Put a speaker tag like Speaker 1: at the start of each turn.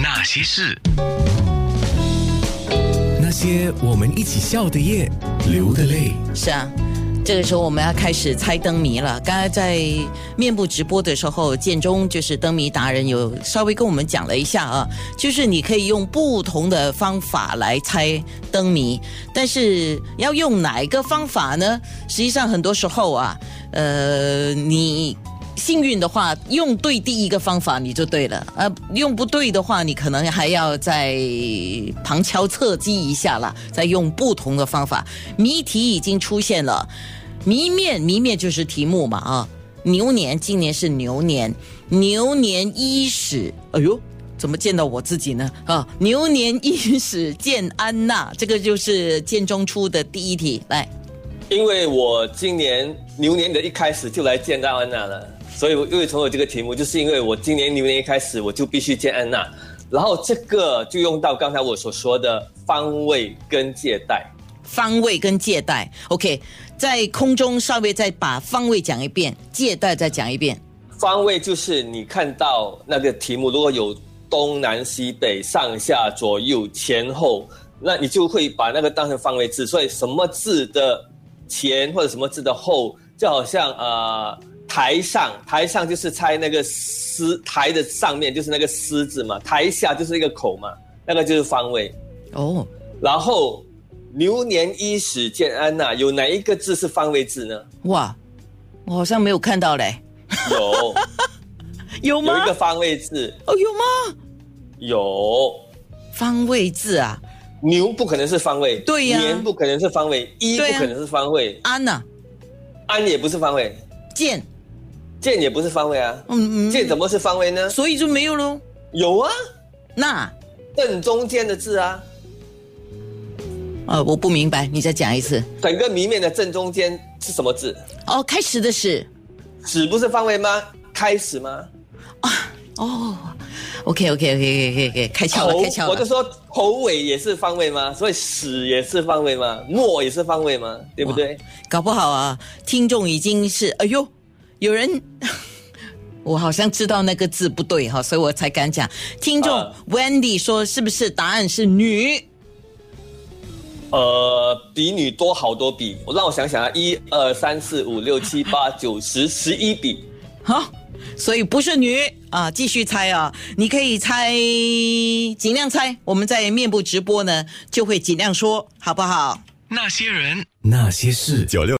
Speaker 1: 哪些事？
Speaker 2: 那些我们一起笑的夜，流的泪。
Speaker 3: 是啊，这个时候我们要开始猜灯谜了。刚才在面部直播的时候，建中就是灯谜达人有稍微跟我们讲了一下啊，就是你可以用不同的方法来猜灯谜，但是要用哪一个方法呢？实际上很多时候啊，呃，你。幸运的话，用对第一个方法你就对了，呃，用不对的话，你可能还要再旁敲侧击一下啦，再用不同的方法。谜题已经出现了，谜面，谜面就是题目嘛啊。牛年，今年是牛年，牛年伊始，哎呦，怎么见到我自己呢？啊，牛年伊始见安娜，这个就是建中出的第一题，来，
Speaker 4: 因为我今年牛年的一开始就来见到安娜了，所以我因为从我这个题目，就是因为我今年牛年一开始我就必须见安娜，然后这个就用到刚才我所说的方位跟借贷。
Speaker 3: 方位跟借贷，OK，在空中稍微再把方位讲一遍，借贷再讲一遍，
Speaker 4: 方位就是你看到那个题目，如果有东南西北、上下左右、前后，那你就会把那个当成方位字。所以什么字的前或者什么字的后，就好像呃台上，台上就是猜那个狮台的上面就是那个狮字嘛，台下就是一个口嘛，那个就是方位。
Speaker 3: 哦，
Speaker 4: 然后牛年伊始见安娜，有哪一个字是方位字呢？
Speaker 3: 哇，我好像没有看到嘞，
Speaker 4: 有
Speaker 3: 有吗
Speaker 4: 有一？个方位字，
Speaker 3: 哦，有吗？
Speaker 4: 有。
Speaker 3: 方位字啊，
Speaker 4: 牛不可能是方位，
Speaker 3: 对呀
Speaker 4: 年不可能是方位，一不
Speaker 3: 对呀
Speaker 4: 可能是方位，
Speaker 3: 安呐、
Speaker 4: 安也不是方位，
Speaker 3: 见，
Speaker 4: 剑也不是方位啊，
Speaker 3: 嗯
Speaker 4: 剑怎么是方位呢
Speaker 3: 嗯，？所以就没有喽。
Speaker 4: 有啊，
Speaker 3: 那，
Speaker 4: 正中间的字啊，
Speaker 3: 呃，我不明白，你再讲一次。
Speaker 4: 整个谜面的正中间是什么字？
Speaker 3: 哦，开始的是，
Speaker 4: 止不是方位吗？开始吗？
Speaker 3: 哦，OK OK OK OK OK，开窍了，开窍
Speaker 4: 我就
Speaker 3: 了。
Speaker 4: 说头尾也是方位吗？所以始也是方位吗？末也是方位吗？对不对？
Speaker 3: 搞不好啊，听众已经是，哎呦，有人。 我好像知道那个字不对哈，所以我才敢讲。听众
Speaker 4: 啊
Speaker 3: Wendy 说，是不是答案是女？
Speaker 4: 呃，比女多好多笔，我让我想想啊，一二三四五六七八九十十一笔。
Speaker 3: 好，所以不是女啊，继续猜啊，你可以猜，尽量猜。我们在面部直播呢，就会尽量说，好不好？
Speaker 1: 那些人。
Speaker 2: 那些事。
Speaker 5: 九六。